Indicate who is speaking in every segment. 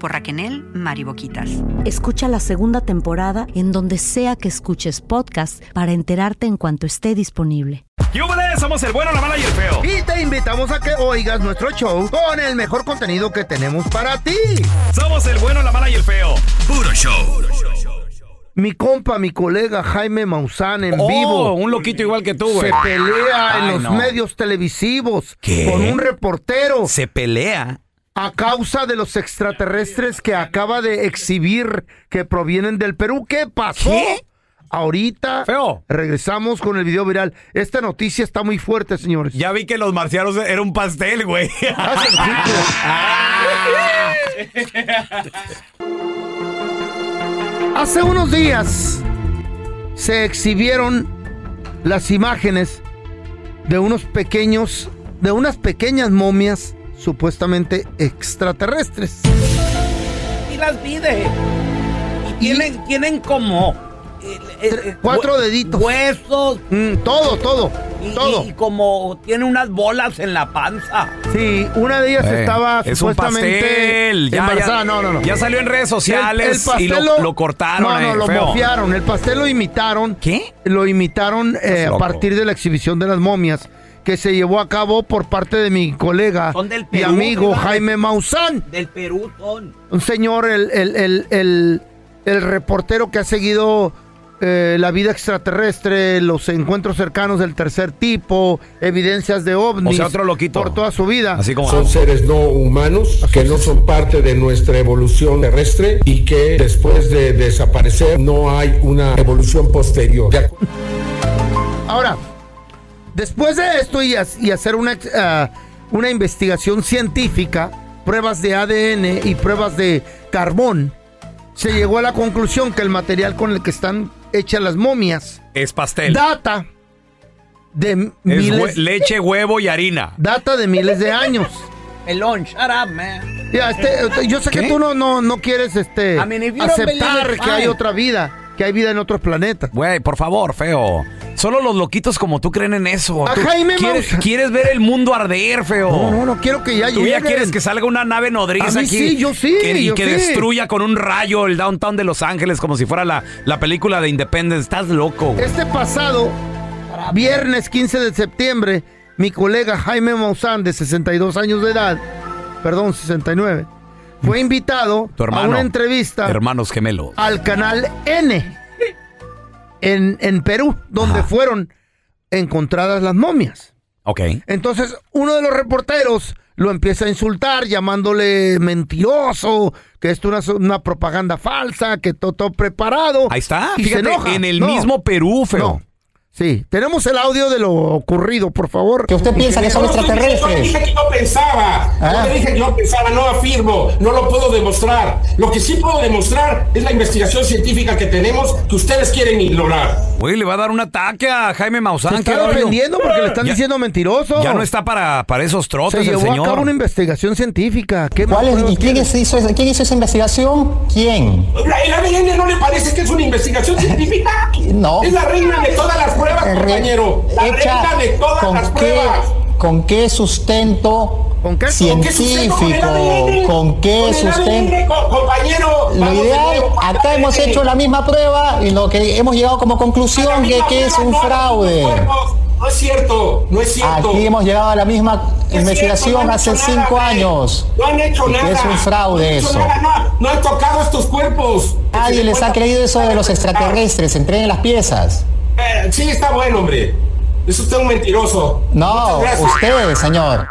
Speaker 1: por Raquel Mariboquitas.
Speaker 2: Escucha la segunda temporada en donde sea que escuches podcast para enterarte en cuanto esté disponible.
Speaker 3: ¡Yúbales! Somos el bueno, la mala y el feo.
Speaker 4: Y te invitamos a que oigas nuestro show con el mejor contenido que tenemos para ti.
Speaker 3: Somos el bueno, la mala y el feo. Puro show.
Speaker 4: Mi compa, mi colega Jaime Maussan en
Speaker 5: Oh,
Speaker 4: vivo.
Speaker 5: un loquito igual que tú, güey.
Speaker 4: Se pelea en
Speaker 5: Ay,
Speaker 4: los
Speaker 5: no.
Speaker 4: medios televisivos
Speaker 5: ¿Qué?
Speaker 4: con un reportero
Speaker 5: Se pelea.
Speaker 4: a causa de los extraterrestres que acaba de exhibir que provienen del Perú. ¿Qué pasó?
Speaker 5: ¿Qué?
Speaker 4: Ahorita
Speaker 5: Feo.
Speaker 4: regresamos con el video viral. Esta noticia está muy fuerte, señores. Ah,
Speaker 5: Ya vi que los marcianos era un pastel, güey. Ah.
Speaker 4: Hace unos días se exhibieron las imágenes de unos pequeños, de unas pequeñas momias supuestamente extraterrestres.
Speaker 6: Y las pide. Y tienen, tienen como. eh, eh, eh,
Speaker 4: Cuatro
Speaker 6: hue-
Speaker 4: deditos.
Speaker 6: Huesos.
Speaker 4: Mm, todo, todo,
Speaker 6: Y,
Speaker 4: todo.
Speaker 6: y como tiene unas bolas en la panza.
Speaker 4: Sí, una de ellas
Speaker 5: Ah. Eh,
Speaker 4: estaba
Speaker 5: es un
Speaker 4: supuestamente
Speaker 5: pastel. Ya,
Speaker 4: embarazada.
Speaker 5: ya-
Speaker 4: no, no, no.
Speaker 5: Ya salió en redes
Speaker 4: El- el
Speaker 5: sociales y lo, lo cortaron.
Speaker 4: No, no,
Speaker 5: eh,
Speaker 4: lo
Speaker 5: feo.
Speaker 4: mofiaron. El pastel lo imitaron.
Speaker 5: ¿Qué?
Speaker 4: Lo imitaron eh, a
Speaker 5: loco.
Speaker 4: partir de la exhibición de las momias que se llevó a cabo por parte de Ah, mi colega
Speaker 6: Son del
Speaker 4: y
Speaker 6: Perú,
Speaker 4: amigo
Speaker 6: ¿verdad?
Speaker 4: Jaime Maussan.
Speaker 6: Del Perú son.
Speaker 4: Un señor, el, el- el- el- el reportero que ha seguido eh, la vida extraterrestre, los encuentros cercanos del tercer tipo, evidencias de ovnis.
Speaker 5: O sea, otro loquito.
Speaker 4: Por toda su vida.
Speaker 5: Así como.
Speaker 7: Ah. Son seres no humanos que no son parte de nuestra evolución terrestre y que después de desaparecer no hay una evolución posterior. De acu-
Speaker 4: Ahora, después de esto y, ha- y hacer una, ex- ah, una investigación científica, pruebas de ADN y pruebas de carbón, se llegó a la conclusión que el material con el que están hechas las momias
Speaker 5: Es pastel.
Speaker 4: data de
Speaker 5: Es hue-
Speaker 4: miles,
Speaker 5: leche, huevo y harina.
Speaker 4: data de miles de años.
Speaker 6: Pelón, shut up, man.
Speaker 4: Ya, este, yo sé que
Speaker 5: ¿Qué?
Speaker 4: tú no, no, no quieres este,
Speaker 6: I mean, if you don't believe
Speaker 4: aceptar
Speaker 6: it,
Speaker 4: que hay
Speaker 6: fine.
Speaker 4: otra vida, que hay vida en otros planetas.
Speaker 5: Güey, por favor, feo. Solo los loquitos como tú creen en eso.
Speaker 4: A
Speaker 5: Tú
Speaker 4: Jaime
Speaker 5: quieres,
Speaker 4: Maussan.
Speaker 5: quieres ver el mundo arder, feo.
Speaker 4: No, no, no quiero que ya
Speaker 5: Tú ya
Speaker 4: lleguen.
Speaker 5: quieres que salga una nave nodriza
Speaker 4: A mí
Speaker 5: aquí.
Speaker 4: sí, yo sí,
Speaker 5: Que, y
Speaker 4: yo
Speaker 5: que
Speaker 4: sí.
Speaker 5: destruya con un rayo el downtown de Los Ángeles como si fuera la, la película de Independence. Estás loco. güey.
Speaker 4: Este pasado viernes 15 de septiembre, mi colega Jaime Maussan, de 62 años de edad, perdón, 69, fue invitado
Speaker 5: Mm. Tu hermano.
Speaker 4: a una entrevista
Speaker 5: Hermanos gemelos.
Speaker 4: al canal N en, en Perú, donde
Speaker 5: Ajá.
Speaker 4: fueron encontradas las momias.
Speaker 5: Ok.
Speaker 4: Entonces, uno de los reporteros lo empieza a insultar llamándole mentiroso, que esto es una, una propaganda falsa, que todo, todo preparado.
Speaker 5: Ahí está,
Speaker 4: Y se
Speaker 5: fíjate,
Speaker 4: enoja.
Speaker 5: en el
Speaker 4: No.
Speaker 5: mismo Perú, feo.
Speaker 4: Sí, tenemos el audio de lo ocurrido, por favor. Que
Speaker 8: usted piensa que son
Speaker 7: Yo dije que yo pensaba.
Speaker 4: Ah.
Speaker 7: Yo dije que yo pensaba, no afirmo, no lo puedo demostrar. Lo que sí puedo demostrar es la investigación científica que tenemos que ustedes quieren ignorar.
Speaker 5: Güey, le va a dar un ataque a Jaime Maussan.
Speaker 4: Se está
Speaker 5: qué rollo.
Speaker 4: defendiendo porque le están
Speaker 5: Ya-
Speaker 4: diciendo mentiroso.
Speaker 5: Ya no está para, para esos trotes
Speaker 4: Se llevó
Speaker 5: el
Speaker 4: a cabo
Speaker 5: señor.
Speaker 4: una investigación científica. ¿Qué más
Speaker 8: ¿Cuál es-
Speaker 4: pruebas
Speaker 8: y quién,
Speaker 4: quieres?
Speaker 8: es- hizo, esa- quién hizo esa investigación? ¿Quién?
Speaker 7: La, el ADN no le parece que es una investigación científica.
Speaker 8: No.
Speaker 7: Es la reina de todas las pruebas,
Speaker 8: Re-
Speaker 7: compañero. La
Speaker 8: hecha
Speaker 7: reina de todas
Speaker 8: con
Speaker 7: las
Speaker 8: qué-
Speaker 7: pruebas.
Speaker 8: ¿Con qué sustento científico?
Speaker 7: ¿Con qué sustento? Con el
Speaker 8: ¿Con
Speaker 7: ADN. Con
Speaker 8: qué
Speaker 7: el
Speaker 8: sustento?
Speaker 7: ADN, co- compañero.
Speaker 8: Lo
Speaker 7: Vamos de
Speaker 8: ideal,
Speaker 7: nuevo.
Speaker 8: acá hemos hecho la misma prueba y lo que hemos llegado como conclusión de que es un fraude.
Speaker 7: No es cierto, no es cierto.
Speaker 8: Aquí hemos llegado a la misma
Speaker 7: Es
Speaker 8: investigación
Speaker 7: cierto, no han
Speaker 8: hace
Speaker 7: hecho nada,
Speaker 8: cinco
Speaker 7: güey.
Speaker 8: años.
Speaker 7: No han hecho
Speaker 8: Y que
Speaker 7: nada.
Speaker 8: es un
Speaker 7: no
Speaker 8: fraude
Speaker 7: han hecho
Speaker 8: eso.
Speaker 7: nada, no, no han tocado estos cuerpos.
Speaker 8: Nadie les ha creído eso de los extraterrestres, entreguen las piezas.
Speaker 7: Eh, sí, está bueno, hombre. Es usted un mentiroso.
Speaker 8: No, ustedes, señor.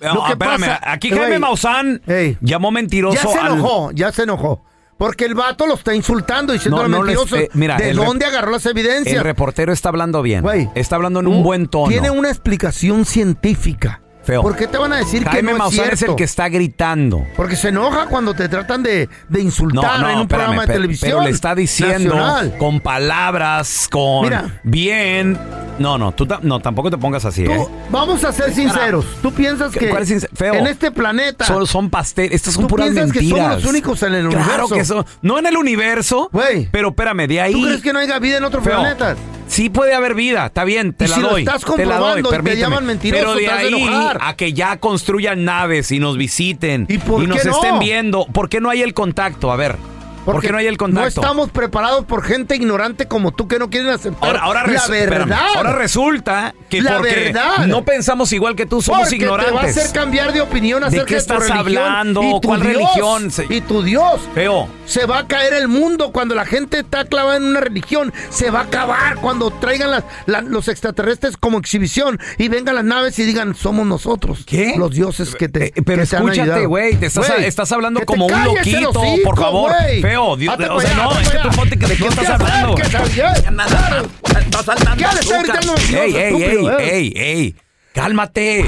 Speaker 5: No,
Speaker 4: Lo que
Speaker 5: espérame,
Speaker 4: pasa-
Speaker 5: aquí
Speaker 4: Güey.
Speaker 5: Jaime Maussan llamó mentiroso
Speaker 4: Ya se
Speaker 5: al-
Speaker 4: enojó, ya se enojó. Porque el vato lo está insultando, diciéndole
Speaker 5: No, no lo
Speaker 4: mentiroso.
Speaker 5: espe- mira,
Speaker 4: ¿De
Speaker 5: el rep-
Speaker 4: dónde agarró las
Speaker 5: El
Speaker 4: evidencias?
Speaker 5: reportero está hablando bien.
Speaker 4: Güey.
Speaker 5: está hablando en un
Speaker 4: Mm,
Speaker 5: buen tono.
Speaker 4: Tiene una explicación científica.
Speaker 5: Feo.
Speaker 4: ¿Por qué te van a decir que
Speaker 5: Jaime
Speaker 4: no es
Speaker 5: Maussan es,
Speaker 4: cierto?
Speaker 5: el que está gritando.
Speaker 4: Porque se enoja cuando te tratan de, de
Speaker 5: No,
Speaker 4: insultar
Speaker 5: no,
Speaker 4: en un
Speaker 5: espérame,
Speaker 4: programa de
Speaker 5: pe-
Speaker 4: televisión.
Speaker 5: Pero le está diciendo
Speaker 4: nacional.
Speaker 5: con palabras, con
Speaker 4: Mira.
Speaker 5: bien. No, no, tú ta- no, tampoco te pongas así, ¿eh?
Speaker 4: Vamos a ser sinceros. ¿Tú piensas
Speaker 5: ¿Cu-
Speaker 4: que
Speaker 5: cuál es sincer- feo?
Speaker 4: en este planeta
Speaker 5: Son, son pasteles, estas son
Speaker 4: ¿Tú
Speaker 5: puras
Speaker 4: piensas
Speaker 5: mentiras.
Speaker 4: que somos los únicos en el
Speaker 5: Claro
Speaker 4: universo?
Speaker 5: que son. No en el universo, pero espérame, de ahí...
Speaker 4: ¿Tú crees que no haya vida en otros
Speaker 5: Feo,
Speaker 4: planetas?
Speaker 5: Sí puede haber vida, está bien, te
Speaker 4: Y
Speaker 5: la
Speaker 4: si lo
Speaker 5: doy.
Speaker 4: estás
Speaker 5: te la
Speaker 4: comprobando
Speaker 5: doy,
Speaker 4: y te
Speaker 5: permíteme.
Speaker 4: llaman mentiroso,
Speaker 5: Pero de
Speaker 4: te has de
Speaker 5: ahí
Speaker 4: enojar.
Speaker 5: a que ya construyan naves y nos visiten y,
Speaker 4: por qué
Speaker 5: nos
Speaker 4: no?
Speaker 5: estén viendo, ¿por qué no hay el contacto? A ver, ¿por qué no hay el contacto?
Speaker 4: No estamos preparados por gente ignorante como tú que no quieren aceptar
Speaker 5: Ahora, ahora
Speaker 4: la
Speaker 5: resu- espérame,
Speaker 4: verdad.
Speaker 5: ahora resulta que
Speaker 4: La
Speaker 5: porque
Speaker 4: verdad.
Speaker 5: no pensamos igual que tú, somos
Speaker 4: Porque
Speaker 5: ignorantes.
Speaker 4: te va a hacer cambiar de opinión
Speaker 5: ¿De
Speaker 4: acerca de,
Speaker 5: qué
Speaker 4: tu
Speaker 5: estás
Speaker 4: religión
Speaker 5: hablando?
Speaker 4: y tu
Speaker 5: ¿Cuál
Speaker 4: Dios.
Speaker 5: religión?
Speaker 4: Y tu Dios.
Speaker 5: Feo.
Speaker 4: Se va a caer el mundo cuando la gente está clavada en una religión. Se va a acabar cuando traigan las- la- los extraterrestres como exhibición y vengan las naves y digan, somos nosotros. ¿Qué? Los dioses que te
Speaker 5: Eh, Pero
Speaker 4: que te han
Speaker 5: escúchate,
Speaker 4: ayudado.
Speaker 5: güey, te estás,
Speaker 4: Güey,
Speaker 5: estás hablando
Speaker 4: que te
Speaker 5: como un
Speaker 4: calles el
Speaker 5: loquito,
Speaker 4: hocico,
Speaker 5: por favor.
Speaker 4: güey.
Speaker 5: Feo, Dios,
Speaker 4: Hazte
Speaker 5: o sea,
Speaker 4: para allá,
Speaker 5: no,
Speaker 4: hazte
Speaker 5: es que
Speaker 4: para
Speaker 5: tú
Speaker 4: allá.
Speaker 5: ponte que de qué
Speaker 4: No te
Speaker 5: estás hablando.
Speaker 4: acerques, Javier. Ya le está gritando mentiroso,
Speaker 5: Ey, ey, ey,
Speaker 4: estúpido, eh.
Speaker 5: ey, ey, cálmate.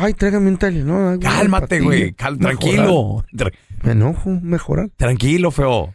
Speaker 4: Ay, tráigame un Tylenol. algo, una
Speaker 5: Cálmate, güey.
Speaker 4: pastilla.
Speaker 5: cal-
Speaker 4: Mejorar.
Speaker 5: tranquilo. Tra-
Speaker 4: Me enojo, mejorar.
Speaker 5: tranquilo, feo.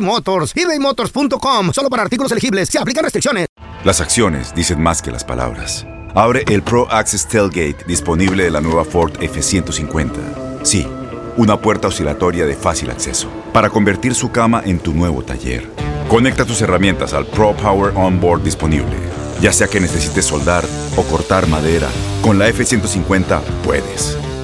Speaker 4: Motors. ebaymotors.com, solo para artículos elegibles. Se aplican restricciones.
Speaker 9: Las acciones dicen más que las palabras. Abre el Pro Access Tailgate disponible de la nueva Ford F-150. Sí, una puerta oscilatoria de fácil acceso para convertir su cama en tu nuevo taller. Conecta tus herramientas al Pro Power Onboard disponible. Ya sea que necesites soldar o cortar madera, con la F-150 puedes.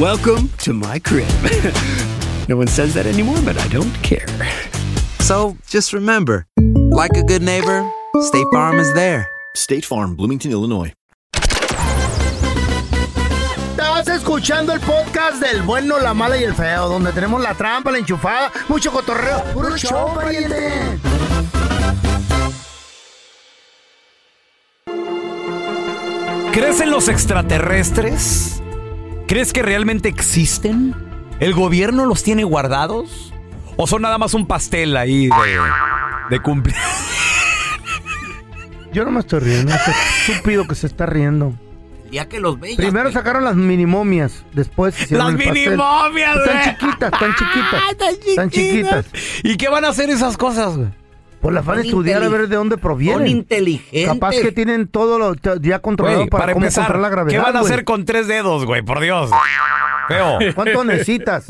Speaker 10: Welcome to my crib. no one says that anymore, but I don't care.
Speaker 11: So just remember, like a good neighbor, State Farm is there.
Speaker 12: State Farm, Bloomington, Illinois.
Speaker 4: Estás escuchando el podcast del bueno, la mala y el feo, donde tenemos la trampa, la enchufada, mucho cotorreo. ¡Puro show, pariente!
Speaker 5: ¿Crees en los extraterrestres? ¿Crees que realmente existen? ¿El gobierno los tiene guardados? ¿O son nada más un pastel ahí de, de cumple-
Speaker 4: Yo no me estoy riendo, es estúpido que se está riendo.
Speaker 13: Ya que los veías.
Speaker 4: Primero sacaron las minimomias, después hicieron
Speaker 5: Las
Speaker 4: el pastel.
Speaker 5: minimomias,
Speaker 4: Están
Speaker 5: güey. Ah,
Speaker 4: chiquitas, están chiquitas. están chiquitas.
Speaker 5: ¿Y qué van a hacer esas cosas, güey?
Speaker 4: Pues las van a estudiar a ver de dónde provienen.
Speaker 13: inteligentes.
Speaker 4: Capaz que tienen todo lo t- ya controlado
Speaker 5: Güey,
Speaker 4: para,
Speaker 5: para
Speaker 4: cómo
Speaker 5: empezar,
Speaker 4: controlar la gravedad.
Speaker 5: ¿qué van a
Speaker 4: güey.
Speaker 5: hacer con tres dedos, güey? Por Dios. Feo.
Speaker 4: ¿Cuánto necesitas?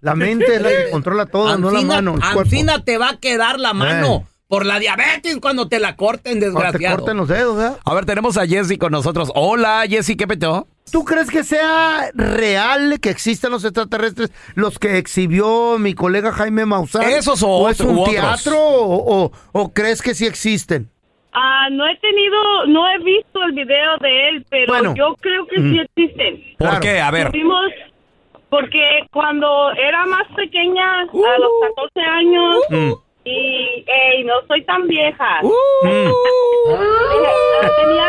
Speaker 4: La mente es la que controla todo, no la
Speaker 13: Anfina-
Speaker 4: mano. el cuerpo.
Speaker 13: Anfina te va a quedar la mano
Speaker 4: Eh.
Speaker 13: por la diabetes cuando te la corten, desgraciado.
Speaker 4: los dedos, ¿eh?
Speaker 5: A ver, tenemos a Jessy con nosotros. Hola, Jessy, ¿qué peteo?
Speaker 4: ¿Tú crees que sea real que existan los extraterrestres, los que exhibió mi colega Jaime Maussan?
Speaker 5: Esos o
Speaker 4: es
Speaker 5: otro-
Speaker 4: un
Speaker 5: u otros.
Speaker 4: teatro o, o- o crees que sí existen?
Speaker 14: Ah, no he tenido, no he visto el video de él, pero
Speaker 4: Bueno.
Speaker 14: yo creo que sí existen.
Speaker 5: ¿Por qué? A ver.
Speaker 14: Tuvimos- porque cuando era más pequeña, a
Speaker 4: Uh.
Speaker 14: los 14 años,
Speaker 5: Mm.
Speaker 14: y ey, no soy tan vieja. Tenía,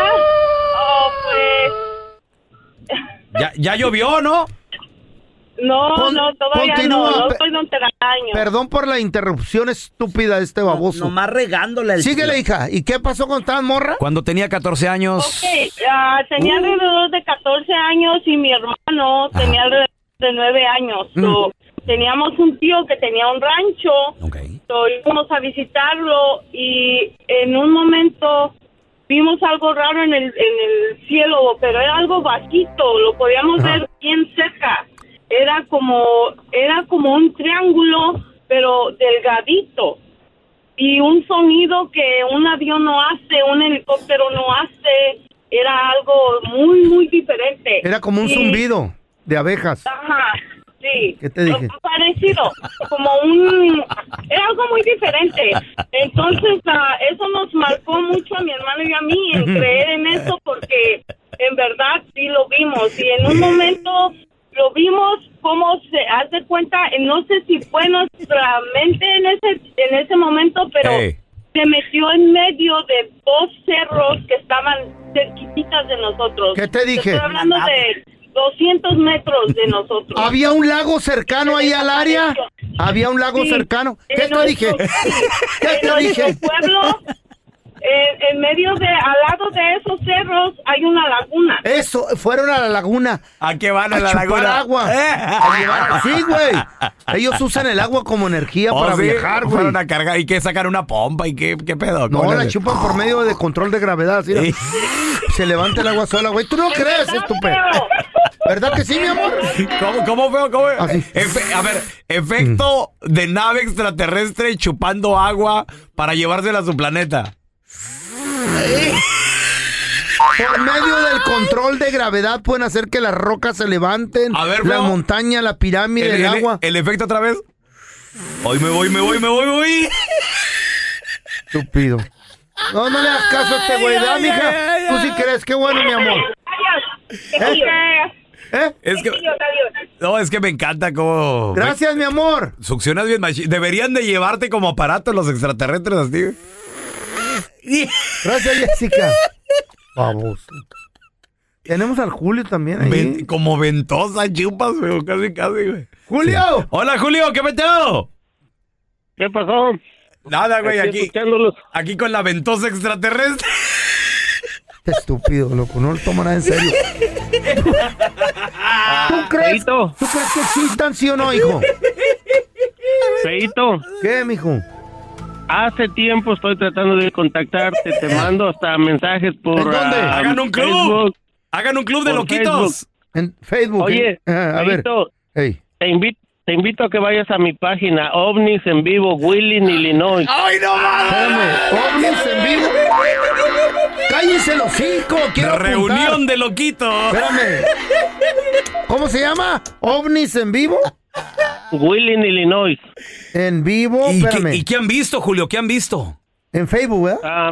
Speaker 14: oh, pues,
Speaker 5: Ya, ya llovió, ¿no?
Speaker 14: no,
Speaker 4: Con-
Speaker 14: no, todavía
Speaker 4: continúa,
Speaker 14: no, no
Speaker 4: pe-
Speaker 14: soy don Telaraño.
Speaker 4: Perdón por la interrupción estúpida de este baboso.
Speaker 13: nomás regándola el-
Speaker 4: Síguele, hija. ¿Y qué pasó con tan morra?
Speaker 5: Cuando tenía 14 años.
Speaker 14: Ok, ah, tenía alrededor de 14 años y mi hermano tenía alrededor de 9 años. So, Teníamos un tío que tenía un rancho. So, íbamos a visitarlo y en un momento vimos algo raro en el, en el cielo, pero era algo bajito, lo podíamos ver bien cerca. Era como, era como un triángulo, pero delgadito y un sonido que un avión no hace, un helicóptero no hace, era algo muy, muy diferente.
Speaker 4: Era como un
Speaker 14: Y-
Speaker 4: zumbido de abejas.
Speaker 14: Ajá, sí.
Speaker 4: ¿Qué te dije?
Speaker 14: Parecido, como un... Era algo muy diferente. Entonces, ah, eso nos marcó mucho a mi hermano y a mí en creer en eso porque en verdad sí lo vimos y en un momento lo vimos como se hace cuenta, no sé si fue nuestra mente en ese, en ese momento, pero
Speaker 5: Ey.
Speaker 14: se metió en medio de dos cerros que estaban cerquititas de nosotros.
Speaker 4: ¿Qué te dije? Ah.
Speaker 14: Estoy hablando de 200 metros de nosotros.
Speaker 4: ¿Había un lago cercano ahí al área? ¿Había un lago
Speaker 14: Sí.
Speaker 4: cercano? ¿Qué
Speaker 14: En
Speaker 4: te
Speaker 14: nuestro-
Speaker 4: dije? ¿Qué
Speaker 14: en
Speaker 4: te
Speaker 14: nuestro
Speaker 4: dije?
Speaker 14: pueblo, en, en medio de, al lado de esos cerros, hay una laguna.
Speaker 4: Eso, fueron a la laguna.
Speaker 5: ¿A qué van
Speaker 4: a,
Speaker 5: la
Speaker 4: chupar
Speaker 5: laguna? Eh.
Speaker 4: agua. A llevar- sí, güey. Ellos usan el agua como energía
Speaker 5: Oh,
Speaker 4: para
Speaker 5: sí,
Speaker 4: viajar, güey.
Speaker 5: Fueron a cargar y que sacar una pompa y qué, qué pedo.
Speaker 4: No,
Speaker 5: ¿Cómo
Speaker 4: la
Speaker 5: le-
Speaker 4: chupan por medio de control de gravedad. mira. Se levanta el agua sola, güey. ¿Tú no crees, estúpido? ¿Verdad que sí, mi amor?
Speaker 5: ¿Cómo, cómo feo? ¿Cómo? Efe- a ver, efecto
Speaker 4: Mm.
Speaker 5: de nave extraterrestre chupando agua para llevársela a su planeta.
Speaker 4: Por medio del control de gravedad pueden hacer que las rocas se levanten, la
Speaker 5: feo.
Speaker 4: montaña, la pirámide, el, agua.
Speaker 5: el efecto otra vez. Hoy me voy, me voy, me voy, me voy.
Speaker 4: Estúpido. No, no le hagas caso a este güey, ¿verdad,
Speaker 5: Ay,
Speaker 4: mija?
Speaker 5: ay, ay,
Speaker 4: Tú
Speaker 5: ay.
Speaker 4: sí crees, qué bueno, mi amor.
Speaker 14: Adiós.
Speaker 4: ¿Eh?
Speaker 5: Es que,
Speaker 14: Adiós, adiós.
Speaker 5: no, es que me encanta cómo.
Speaker 4: Gracias, mi amor.
Speaker 5: Succionas bien, machi- Deberían de llevarte como aparato los extraterrestres así. güey.
Speaker 4: Gracias, Jessica. Vamos. Tenemos al Julio también ahí.
Speaker 5: Ven- como ventosa chupas, güey, casi, casi, güey.
Speaker 4: ¡Julio!
Speaker 5: Hola, Julio, ¿qué meteo?
Speaker 15: ¿Qué pasó?
Speaker 5: Nada, güey,
Speaker 15: Aquí
Speaker 5: aquí. Aquí con la ventosa extraterrestre.
Speaker 4: Este estúpido, loco, no lo toma nada en serio. ¿Tú crees, ¿Tú crees que existan, sí o no, hijo?
Speaker 15: Feito.
Speaker 4: ¿Qué, mijo?
Speaker 15: Hace tiempo estoy tratando de contactarte, te mando hasta mensajes por
Speaker 4: ¿En dónde?
Speaker 15: ah,
Speaker 4: Hagan un club.
Speaker 15: Facebook.
Speaker 5: Hagan un club
Speaker 4: de
Speaker 15: Por
Speaker 4: loquitos. En Facebook.
Speaker 15: Oye,
Speaker 4: ¿eh? Ah, a ver.
Speaker 15: Feito,
Speaker 4: Ey.
Speaker 15: Te invito te invito a que vayas a mi página OVNIS en vivo, Willing, Illinois.
Speaker 5: ¡Ay, no
Speaker 4: ¡Ovnis en vivo! Eh. ¡Cállense los cinco! ¡Quiero apuntar.
Speaker 5: Reunión de loquitos.
Speaker 4: Espérame. ¿Cómo se llama? ¿Ovnis en vivo?
Speaker 15: Willing, Illinois.
Speaker 4: En vivo,
Speaker 5: ¿Y qué,
Speaker 4: espérame.
Speaker 5: y qué han visto, Julio? ¿Qué han visto?
Speaker 4: En Facebook, ¿eh?
Speaker 15: Ah,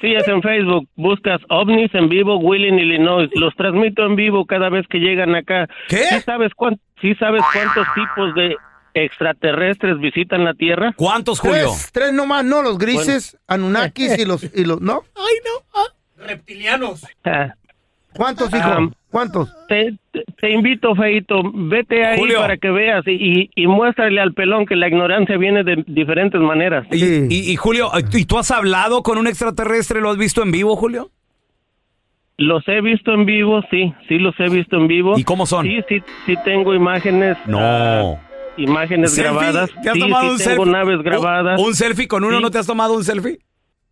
Speaker 15: sí, es en Facebook. Buscas OVNIS en vivo, Willing, Illinois. Los transmito en vivo cada vez que llegan acá.
Speaker 5: ¿Qué?
Speaker 15: ¿Sí sabes, cuán- sí sabes cuántos tipos de extraterrestres visitan la Tierra?
Speaker 5: ¿Cuántos,
Speaker 4: Tres, tres nomás, ¿no? Los grises, Anunnakis y los, y los... ¿No?
Speaker 15: Ay, no.
Speaker 13: Reptilianos.
Speaker 5: Ah.
Speaker 4: ¿Cuántos, hijo?
Speaker 15: Ah.
Speaker 4: ¿Cuántos?
Speaker 15: Te, te- te invito, Feito, vete ahí
Speaker 5: Julio.
Speaker 15: para que veas y, y- y muéstrale al pelón que la ignorancia viene de diferentes maneras.
Speaker 5: Y, y- y, Julio, ¿y tú has hablado con un extraterrestre? ¿Lo has visto en vivo, Julio?
Speaker 15: Los he visto en vivo, sí, sí los he visto en vivo. ¿Y
Speaker 5: cómo son?
Speaker 15: Sí, sí, sí tengo imágenes. ah,
Speaker 5: No.
Speaker 15: imágenes
Speaker 5: ¿Selfie?
Speaker 15: grabadas.
Speaker 5: ¿Te has
Speaker 15: sí,
Speaker 5: tomado
Speaker 15: sí
Speaker 5: un
Speaker 15: tengo
Speaker 5: selfie?
Speaker 15: naves grabadas.
Speaker 5: ¿Un selfie con uno?
Speaker 15: Sí.
Speaker 5: ¿No te has tomado un selfie?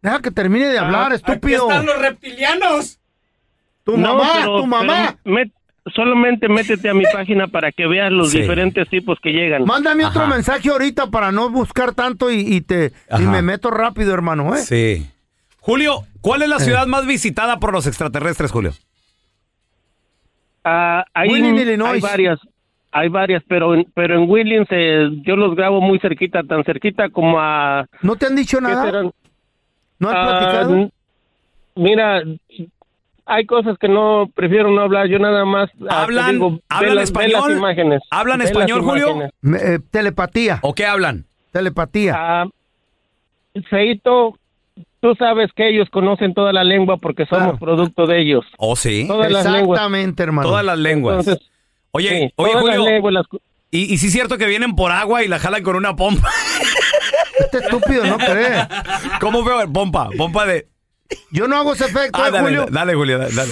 Speaker 4: Deja que termine
Speaker 15: Ah,
Speaker 4: de hablar, estúpido.
Speaker 16: Están los reptilianos.
Speaker 4: Tu
Speaker 15: No,
Speaker 4: mamá,
Speaker 15: pero-
Speaker 4: tu mamá.
Speaker 15: pero met- solamente métete a mi página para que veas los
Speaker 4: Sí.
Speaker 15: diferentes tipos que llegan.
Speaker 4: Mándame otro mensaje ahorita para no buscar tanto y, y te y
Speaker 5: Ajá.
Speaker 4: me meto rápido, hermano, ¿eh?
Speaker 5: Sí. Julio, ¿cuál es la
Speaker 4: Eh.
Speaker 5: ciudad más visitada por los extraterrestres, Julio?
Speaker 15: Ah, hay,
Speaker 5: Wheeling,
Speaker 15: hay
Speaker 5: Illinois.
Speaker 15: varias, hay varias, pero en, pero en Williams eh, yo los grabo muy cerquita, tan cerquita como a...
Speaker 4: ¿No te han dicho nada? ¿No has platicado?
Speaker 15: Ah, Mira, hay cosas que no prefiero no hablar, yo nada más... ah, te
Speaker 5: ¿Hablan,
Speaker 15: digo, ve
Speaker 5: hablan
Speaker 15: las- ve las
Speaker 5: español?
Speaker 15: imágenes,
Speaker 5: ¿Hablan
Speaker 15: ve las
Speaker 5: español, Julio?
Speaker 15: imágenes.
Speaker 4: Me- eh, telepatía.
Speaker 5: ¿O qué hablan?
Speaker 4: Telepatía.
Speaker 15: Ah, Feito, tú sabes que ellos conocen toda la lengua porque somos producto de ellos.
Speaker 5: ¿O Oh, sí?
Speaker 15: Todas las lenguas.
Speaker 4: Exactamente, hermano.
Speaker 5: Todas las lenguas.
Speaker 15: Entonces,
Speaker 5: oye,
Speaker 15: sí,
Speaker 5: oye,
Speaker 15: todas las
Speaker 5: Julio.
Speaker 15: lenguas, las-
Speaker 5: Y, y sí es cierto que vienen por agua y la jalan con una pompa.
Speaker 4: Este estúpido no cree.
Speaker 5: ¿Cómo veo? Pompa, pompa de...
Speaker 4: Yo no hago ese efecto,
Speaker 5: Ah,
Speaker 4: ¿eh,
Speaker 5: dale,
Speaker 4: Julio. Eh.
Speaker 5: Julio? dale, Julio, dale. dale.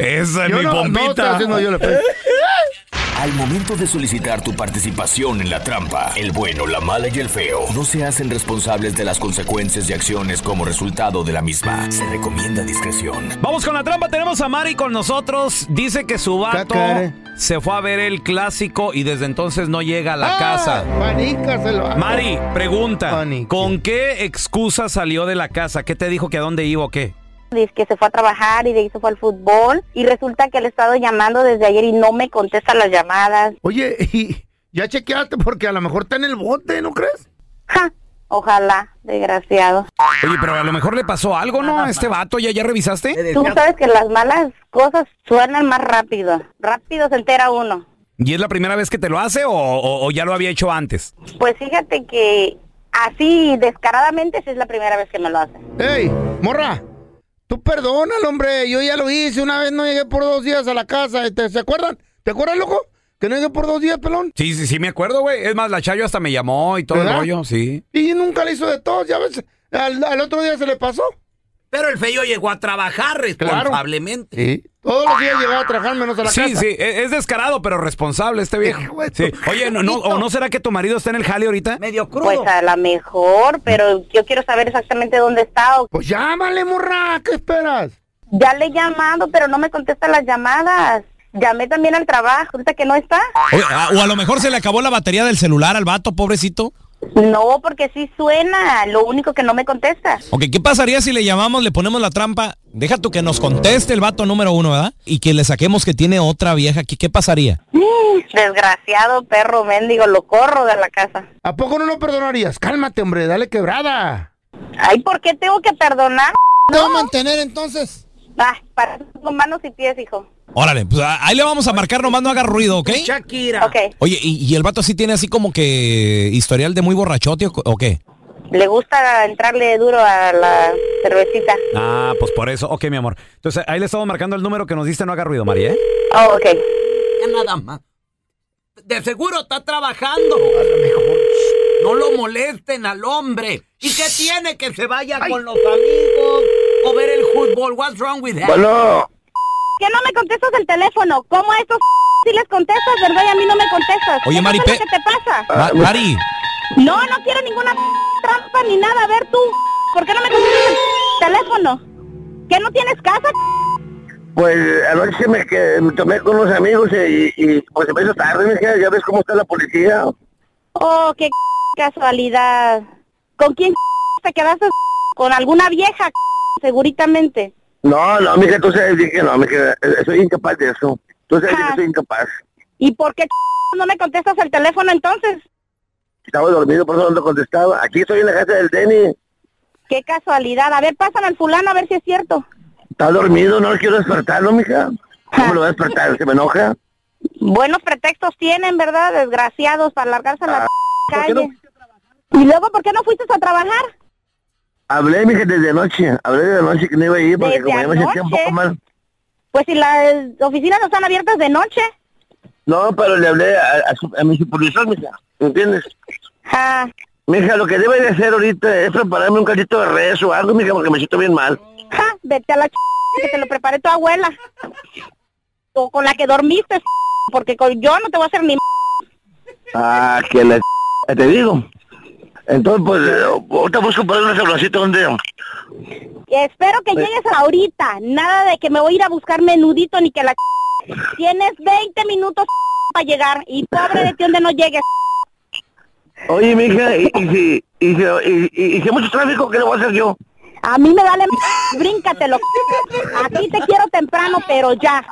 Speaker 5: Eh, Esa es
Speaker 4: Yo
Speaker 5: mi
Speaker 4: no- no estoy
Speaker 5: pompita.
Speaker 4: haciendo yo el efecto.
Speaker 17: Al momento de solicitar tu participación en la trampa, el bueno, la mala y el feo no se hacen responsables de las consecuencias y acciones como resultado de la misma. Se recomienda discreción.
Speaker 5: Vamos con la trampa, tenemos a Mari con nosotros. Dice que su vato
Speaker 17: Cacabre.
Speaker 5: se fue a ver el clásico y desde entonces no llega a
Speaker 4: Ah.
Speaker 5: la casa.
Speaker 4: Panica se lo hace.
Speaker 5: Mari, pregunta, ¿con qué excusa salió de la casa? ¿Qué te dijo que a dónde iba o qué?
Speaker 18: Dice que se fue a trabajar y de ahí se fue al fútbol. Y resulta que le he estado llamando desde ayer y no me contesta las llamadas.
Speaker 4: Oye, y ya chequeaste porque a lo mejor está en el bote, ¿no crees?
Speaker 18: Ojalá, desgraciado.
Speaker 5: Oye, pero a lo mejor le pasó algo, ¿no? A este vato, ¿ya, ya revisaste?
Speaker 18: Tú sabes que las malas cosas suenan más rápido. Rápido se entera uno.
Speaker 5: ¿Y es la primera vez que te lo hace o, o- o ya lo había hecho antes?
Speaker 18: Pues fíjate que así descaradamente sí es la primera vez que me lo hacen.
Speaker 4: ¡Ey, morra! Tú perdónalo, hombre. Yo ya lo hice. Una vez no llegué por dos días a la casa. este, ¿Se acuerdan? ¿Te acuerdas, loco? Que no llegué por dos días, pelón.
Speaker 5: Sí, sí, sí, me acuerdo, güey. Es más, la Chayo hasta me llamó y todo
Speaker 4: ¿Verdad?
Speaker 5: el rollo, sí.
Speaker 4: Y nunca le hizo de todo, ya ves. Al, al otro día se le pasó.
Speaker 16: Pero el feo llegó a trabajar responsablemente.
Speaker 4: Todos los días llegaba a trabajar menos a la
Speaker 5: sí,
Speaker 4: casa.
Speaker 5: sí, e- es descarado, pero responsable este viejo. Sí. Oye, no, no, ¿o no será que tu marido está en el jale ahorita?
Speaker 18: Medio crudo. Pues a lo mejor, pero yo quiero saber exactamente dónde está.
Speaker 4: Pues llámale, morra. ¿Qué esperas?
Speaker 18: Ya le he llamado, pero no me contesta las llamadas. Llamé también al trabajo, ahorita que no está.
Speaker 19: Oye,
Speaker 4: ah,
Speaker 19: a- o a lo mejor se le acabó la batería del celular al vato, pobrecito.
Speaker 18: No, porque sí suena, lo único que no me contesta.
Speaker 19: Ok, ¿qué pasaría si le llamamos, le ponemos la trampa? Deja tú que nos conteste el vato número uno, ¿verdad? Y que le saquemos que tiene otra vieja aquí. ¿Qué pasaría?
Speaker 18: Desgraciado perro mendigo, lo corro de la casa.
Speaker 4: ¿A poco no lo perdonarías? Cálmate, hombre. Dale quebrada.
Speaker 18: Ay, ¿por qué tengo que perdonar?
Speaker 4: ¿Te va a mantener entonces?
Speaker 18: Ah, para con manos y pies, hijo.
Speaker 19: Órale, pues a- ahí le vamos a marcar, nomás no haga ruido, ¿ok?
Speaker 18: Shakira. Ok,
Speaker 19: Oye, ¿y, y el vato sí tiene así como que historial de muy borrachote o, o qué?
Speaker 18: le gusta entrarle duro a la cervecita.
Speaker 5: Ah, pues por eso. Ok, mi amor. Entonces, ahí le estamos marcando el número que nos diste, no haga ruido, María, ¿eh?
Speaker 18: Oh, ok.
Speaker 16: Ya nada más. De seguro está trabajando. No lo molesten al hombre. ¿Y qué tiene que se vaya con los amigos o ver el fútbol? What's wrong with that?
Speaker 18: ¿Qué no me contestas el teléfono? ¿Cómo a estos si les contestas, verdad? Y a mí no me contestas.
Speaker 19: Oye,
Speaker 18: ¿Qué
Speaker 19: Mari,
Speaker 18: pasa?
Speaker 19: pe-
Speaker 18: ¿Qué te pasa?
Speaker 20: Ah,
Speaker 19: Ma- Mari,
Speaker 18: No, no quiero ninguna trampa ni nada. A ver tú, ¿por qué no me contestas el teléfono? ¿Que no tienes casa?
Speaker 20: Pues anoche me, que, me tomé con unos amigos y, y, pues se me hizo tarde, me dije, ya ves cómo está la policía.
Speaker 18: Oh, qué casualidad. ¿Con quién te quedaste? Con alguna vieja, seguritamente.
Speaker 20: No, no, mija, entonces dije, no, mija, eh, soy incapaz de eso. Entonces
Speaker 18: Ah.
Speaker 20: dije, soy incapaz.
Speaker 18: ¿Y por qué no me contestas el teléfono entonces?
Speaker 20: Estaba dormido, por eso no te contestaba. Aquí estoy en la casa del Denny.
Speaker 18: Qué casualidad. A ver, pásame al fulano a ver si es cierto.
Speaker 20: Está dormido, no lo quiero despertarlo, mija. ¿Cómo lo va a despertar? ¿Se me enoja?
Speaker 18: Buenos pretextos tienen, ¿verdad? Desgraciados para largarse a la
Speaker 20: Ah, ¿por qué
Speaker 18: calle. ¿Y luego por qué no fuiste a trabajar?
Speaker 20: Hablé, mija, desde anoche. Hablé desde anoche que no iba a ir porque
Speaker 18: ¿Desde
Speaker 20: como ya me sentía un
Speaker 18: anoche?
Speaker 20: poco mal.
Speaker 18: Pues si las oficinas no están abiertas de noche.
Speaker 20: No, pero le hablé a, a su- a mi supervisor, mija. ¿Me entiendes?
Speaker 18: Ah,
Speaker 20: Mija, lo que debe de hacer ahorita es prepararme un caldito de res o algo, mija, porque me siento bien mal.
Speaker 21: Ja, vete a la ch... que te lo prepare tu abuela. O con la que dormiste, porque con yo no te voy a hacer ni...
Speaker 20: Ah, que la ch- te digo. Entonces, pues, eh, ahorita busco para un restaurancito donde...
Speaker 21: Espero que
Speaker 20: Pues
Speaker 21: llegues ahorita. Nada de que me voy a ir a buscar menudito ni que la... ch- Tienes 20 minutos para llegar y pobre de ti donde no llegues.
Speaker 20: Oye, mija, y, y si, y, si, y- y- y si hay mucho tráfico, ¿qué le voy a hacer yo?
Speaker 21: A mí me vale... m- Bríncatelo. A ti te quiero temprano, pero ya.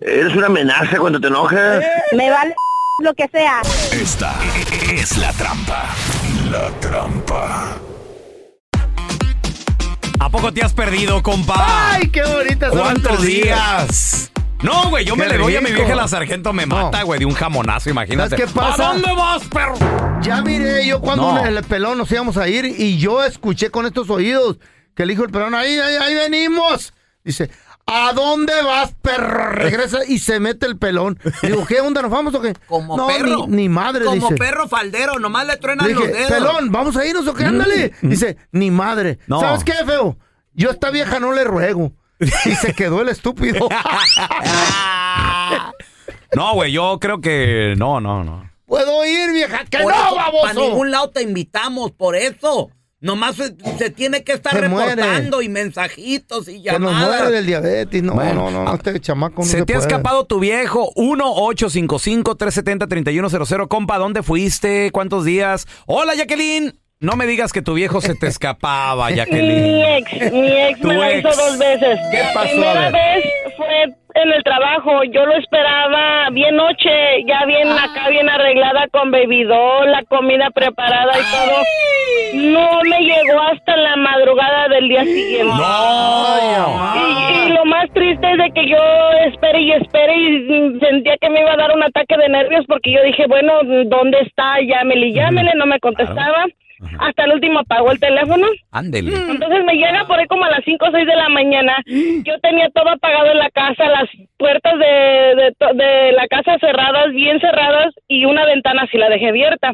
Speaker 20: Eres una amenaza cuando te enojas.
Speaker 21: Me vale m- lo que sea.
Speaker 22: Esta es la trampa. La trampa.
Speaker 5: ¿A poco te has perdido, compa?
Speaker 18: Ay, qué bonitas son las
Speaker 5: ¿Cuántos
Speaker 18: tortillas.
Speaker 5: días? No, güey, yo
Speaker 18: Qué
Speaker 5: me le doy a mi
Speaker 18: rico.
Speaker 5: vieja la sargento, me mata, güey, de un jamonazo, imagínate.
Speaker 4: ¿Sabes qué pasa?
Speaker 5: ¿A dónde vas, perro?
Speaker 4: Ya miré yo cuando
Speaker 5: No.
Speaker 4: el pelón nos íbamos a ir y yo escuché con estos oídos que le dijo el pelón, ahí, ahí, ahí venimos. Dice, ¿a dónde vas, perro? Regresa y se mete el pelón. Digo, ¿qué onda? ¿Nos vamos o qué? Como no,
Speaker 13: perro.
Speaker 4: Ni, ni madre,
Speaker 13: Como
Speaker 4: dice.
Speaker 13: perro faldero, nomás le truenan
Speaker 4: Le
Speaker 13: los
Speaker 4: dije,
Speaker 13: dedos.
Speaker 4: pelón, ¿vamos a irnos o qué? Ándale.
Speaker 5: Mm,
Speaker 4: Dice, ni madre.
Speaker 13: No.
Speaker 4: ¿Sabes qué, feo? Yo a esta vieja no le ruego. Y se quedó el estúpido.
Speaker 5: No, güey, yo creo que. No, no, no.
Speaker 4: Puedo ir, vieja, que
Speaker 13: Por
Speaker 4: no,
Speaker 13: eso,
Speaker 4: baboso.
Speaker 13: A ningún lado te invitamos, por eso. Nomás se, se tiene que estar
Speaker 4: Se muere.
Speaker 13: reportando y mensajitos y
Speaker 4: Que nos muere
Speaker 13: llamadas.
Speaker 4: del diabetes. No, no, no, no, este chamaco no
Speaker 5: ah, Se,
Speaker 4: se
Speaker 5: te ha
Speaker 4: puede.
Speaker 5: escapado tu viejo. 1-855-370-3100. Compa, ¿dónde fuiste? ¿Cuántos días? Hola, Jacqueline. No me digas que tu viejo se te escapaba,
Speaker 21: Mi
Speaker 5: Jacqueline.
Speaker 21: ex, mi ex me
Speaker 5: Tu
Speaker 21: la hizo
Speaker 5: ex.
Speaker 21: dos veces.
Speaker 5: ¿Qué
Speaker 21: La
Speaker 5: pasó? A
Speaker 21: primera
Speaker 5: ver.
Speaker 21: vez fue en el trabajo, yo lo esperaba bien noche, ya bien acá, bien arreglada con bebidón, la comida preparada y todo. No me llegó hasta la madrugada del día siguiente. Y, y lo más triste es de que yo esperé y esperé y mm, sentía que me iba a dar un ataque de nervios porque yo dije, bueno, ¿dónde está? Llámele, y llámele, no me contestaba. Hasta el último apagó el teléfono.
Speaker 5: Ándele.
Speaker 21: Entonces me llega por ahí como a las 5 o 6 de la mañana. Yo tenía todo apagado en la casa, las puertas de, de to- de la casa cerradas, bien cerradas, y una ventana así la dejé abierta.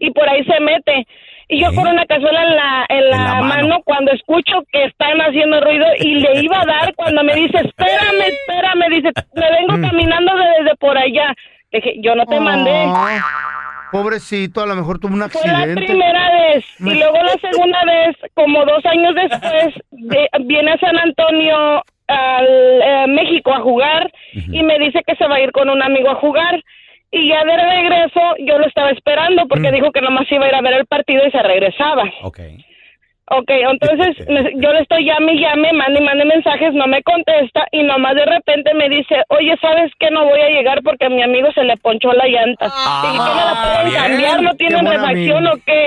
Speaker 21: Y por ahí se mete. Y yo con una cazuela en la, en la, mano. cuando escucho que están haciendo ruido y le iba a dar cuando me dice, espérame, espérame, dice, me vengo caminando de- desde por allá. Le dije, yo no te mandé.
Speaker 4: Ay,
Speaker 21: Oh.
Speaker 4: Pobrecito, a lo mejor tuvo un
Speaker 21: Fue la
Speaker 4: accidente.
Speaker 21: primera vez y luego la segunda vez, como dos años después, de- viene a San Antonio, al, eh, México, a jugar y me dice que se va a ir con un amigo a jugar. Y ya de regreso yo lo estaba esperando porque dijo que nomás iba a ir a ver el partido y se regresaba.
Speaker 5: Ok.
Speaker 21: Ok, entonces me- yo le estoy llame y llame, mande y mande mensajes, no me contesta y nomás de repente me dice, oye, ¿sabes qué? No voy a llegar porque a mi amigo se le ponchó la llanta.
Speaker 4: Ah,
Speaker 21: Dije, ¿qué no la pueden
Speaker 23: bien.
Speaker 21: cambiar? ¿No
Speaker 23: Qué
Speaker 21: tienen
Speaker 23: buen
Speaker 21: refacción
Speaker 23: amigo.
Speaker 21: o qué?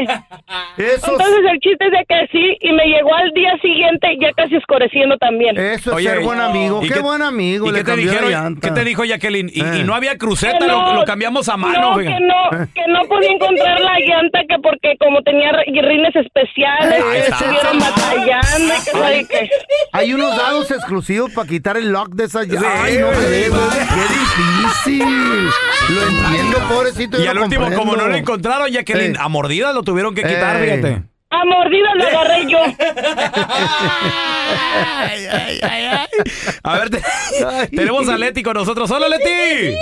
Speaker 21: Entonces el chiste es de que sí y me llegó al día siguiente ya casi escoreciendo también.
Speaker 4: Eso es ser buen amigo.
Speaker 5: ¿y
Speaker 4: Qué,
Speaker 5: qué-
Speaker 4: buen amigo.
Speaker 5: ¿Y
Speaker 4: le
Speaker 5: qué te,
Speaker 4: cambió la
Speaker 5: dijeron,
Speaker 4: llanta.
Speaker 5: qué te dijo Jacqueline? Y, y
Speaker 4: Eh.
Speaker 5: no había cruceta,
Speaker 21: Que no,
Speaker 5: lo, lo cambiamos a mano.
Speaker 21: No,
Speaker 5: fíjate.
Speaker 21: que no, que no podía encontrar la llanta que porque como tenía ri- rines especiales,
Speaker 4: Ah, Ahí está.
Speaker 21: que
Speaker 4: ah,
Speaker 21: estuvieron batallando y que sabe qué.
Speaker 4: Hay unos dados exclusivos para quitar el lock de esas llantas. Ay, no me debo. Qué difícil. Lo entiendo, pobrecito. yo
Speaker 5: Y al
Speaker 4: lo
Speaker 5: último, como
Speaker 4: comprendo.
Speaker 5: no lo encontraron, Jacqueline, a mordidas lo tuvieron que quitar,
Speaker 4: Ey.
Speaker 5: fíjate.
Speaker 21: A mordidas lo agarré yo.
Speaker 5: A ver, te- tenemos a Leti con nosotros. ¡Hola, Leti!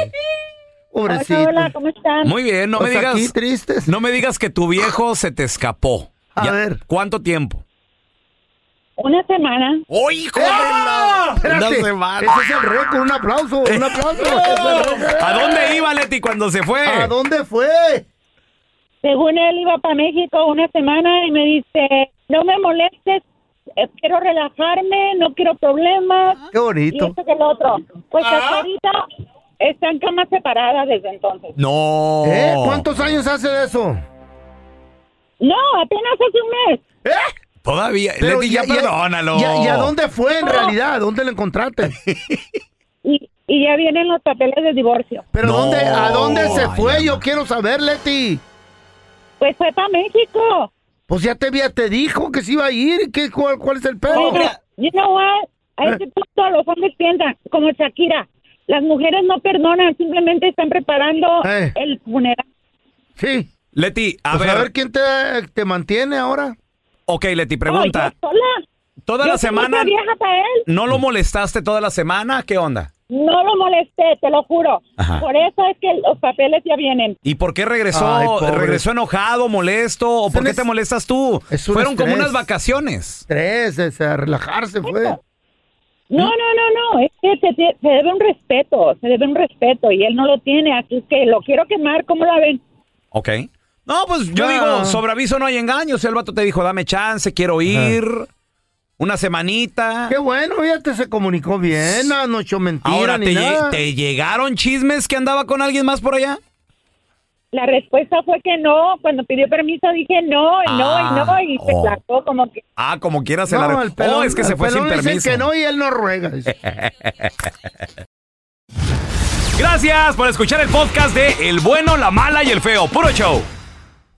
Speaker 4: Pobrecito.
Speaker 24: Hola, ¿cómo están?
Speaker 5: Muy bien, no me
Speaker 24: Pues
Speaker 5: digas.
Speaker 24: aquí
Speaker 5: No me digas que tu
Speaker 4: Ah.
Speaker 5: viejo se te escapó. A ver. ¿Cuánto tiempo?
Speaker 24: Una semana.
Speaker 5: ¡Oh, hijo
Speaker 4: ¡Ah! Espérate, ese es el récord. Un aplauso, un aplauso.
Speaker 5: ¿A dónde iba Leti cuando se fue?
Speaker 4: ¿A dónde fue?
Speaker 24: Según él iba para México una semana y me dice, no me molestes, eh, quiero relajarme, no quiero problemas.
Speaker 4: Qué bonito.
Speaker 24: Y esto que lo otro. Pues
Speaker 5: Ah.
Speaker 24: hasta ahorita está en cama separada desde entonces.
Speaker 5: No.
Speaker 4: ¿Eh? ¿Cuántos años hace de eso?
Speaker 24: No, apenas hace un mes.
Speaker 5: Todavía. Leti, ya, perdónalo.
Speaker 4: ¿Y a, y a dónde fue en realidad? ¿Dónde lo encontraste?
Speaker 24: Y, y ya vienen los papeles de divorcio.
Speaker 4: ¿Pero dónde, a dónde se fue? Yo quiero saber, Leti.
Speaker 24: Pues fue para México.
Speaker 4: Pues ya te, vi- te dijo que se iba a ir. ¿Qué, cuál, cuál es el pedo?
Speaker 24: Oiga, you know what? A este
Speaker 5: Eh.
Speaker 24: punto los hombres piensan, como Shakira,
Speaker 5: Eh.
Speaker 24: las mujeres no perdonan, simplemente están preparando el funeral.
Speaker 4: Sí.
Speaker 5: Leti, a
Speaker 4: Pues
Speaker 5: ver.
Speaker 4: a ver quién te, te mantiene ahora.
Speaker 5: Ok, Leti, pregunta.
Speaker 24: Yo sola.
Speaker 5: Toda
Speaker 24: Yo
Speaker 5: la
Speaker 24: soy muy
Speaker 5: semana-
Speaker 24: vieja para él.
Speaker 5: ¿No lo molestaste toda la semana? ¿Qué onda?
Speaker 24: No lo molesté, te lo juro.
Speaker 5: Ajá.
Speaker 24: Por eso es que los papeles ya vienen.
Speaker 5: ¿Y por qué regresó?
Speaker 18: Ay, pobre.
Speaker 5: ¿Regresó enojado, molesto? ¿O por qué te molestas tú?
Speaker 4: un
Speaker 5: Fueron como
Speaker 4: estrés.
Speaker 5: unas vacaciones.
Speaker 4: Tres, es, a relajarse fue.
Speaker 24: No,
Speaker 5: ¿Mm?
Speaker 24: no, no, no. Es que se, tie- se debe un respeto, se debe un respeto y él no lo tiene, así que lo quiero quemar. ¿Cómo la ven?
Speaker 5: Ok. No, pues yo
Speaker 24: Ah.
Speaker 5: digo, sobre aviso no hay engaños. El vato te dijo, dame chance, quiero ir. Una semanita.
Speaker 4: Qué bueno, fíjate, se comunicó bien, no, no echó mentira
Speaker 5: Ahora,
Speaker 4: ni
Speaker 5: te, lle-
Speaker 4: nada.
Speaker 5: te llegaron chismes que andaba con alguien más por allá?
Speaker 24: La respuesta fue que no. Cuando pidió permiso dije no, y
Speaker 5: Ah,
Speaker 24: no, y no, y se
Speaker 5: oh.
Speaker 24: placó como que
Speaker 5: Ah, como quiera se
Speaker 4: No,
Speaker 5: la...
Speaker 4: el pelón-
Speaker 5: oh, es que se
Speaker 4: el
Speaker 5: fue sin
Speaker 4: pelón dice
Speaker 5: permiso.
Speaker 4: que no y él no ruega. dice.
Speaker 5: Gracias por escuchar el podcast de El Bueno, La Mala y El Feo. Puro show.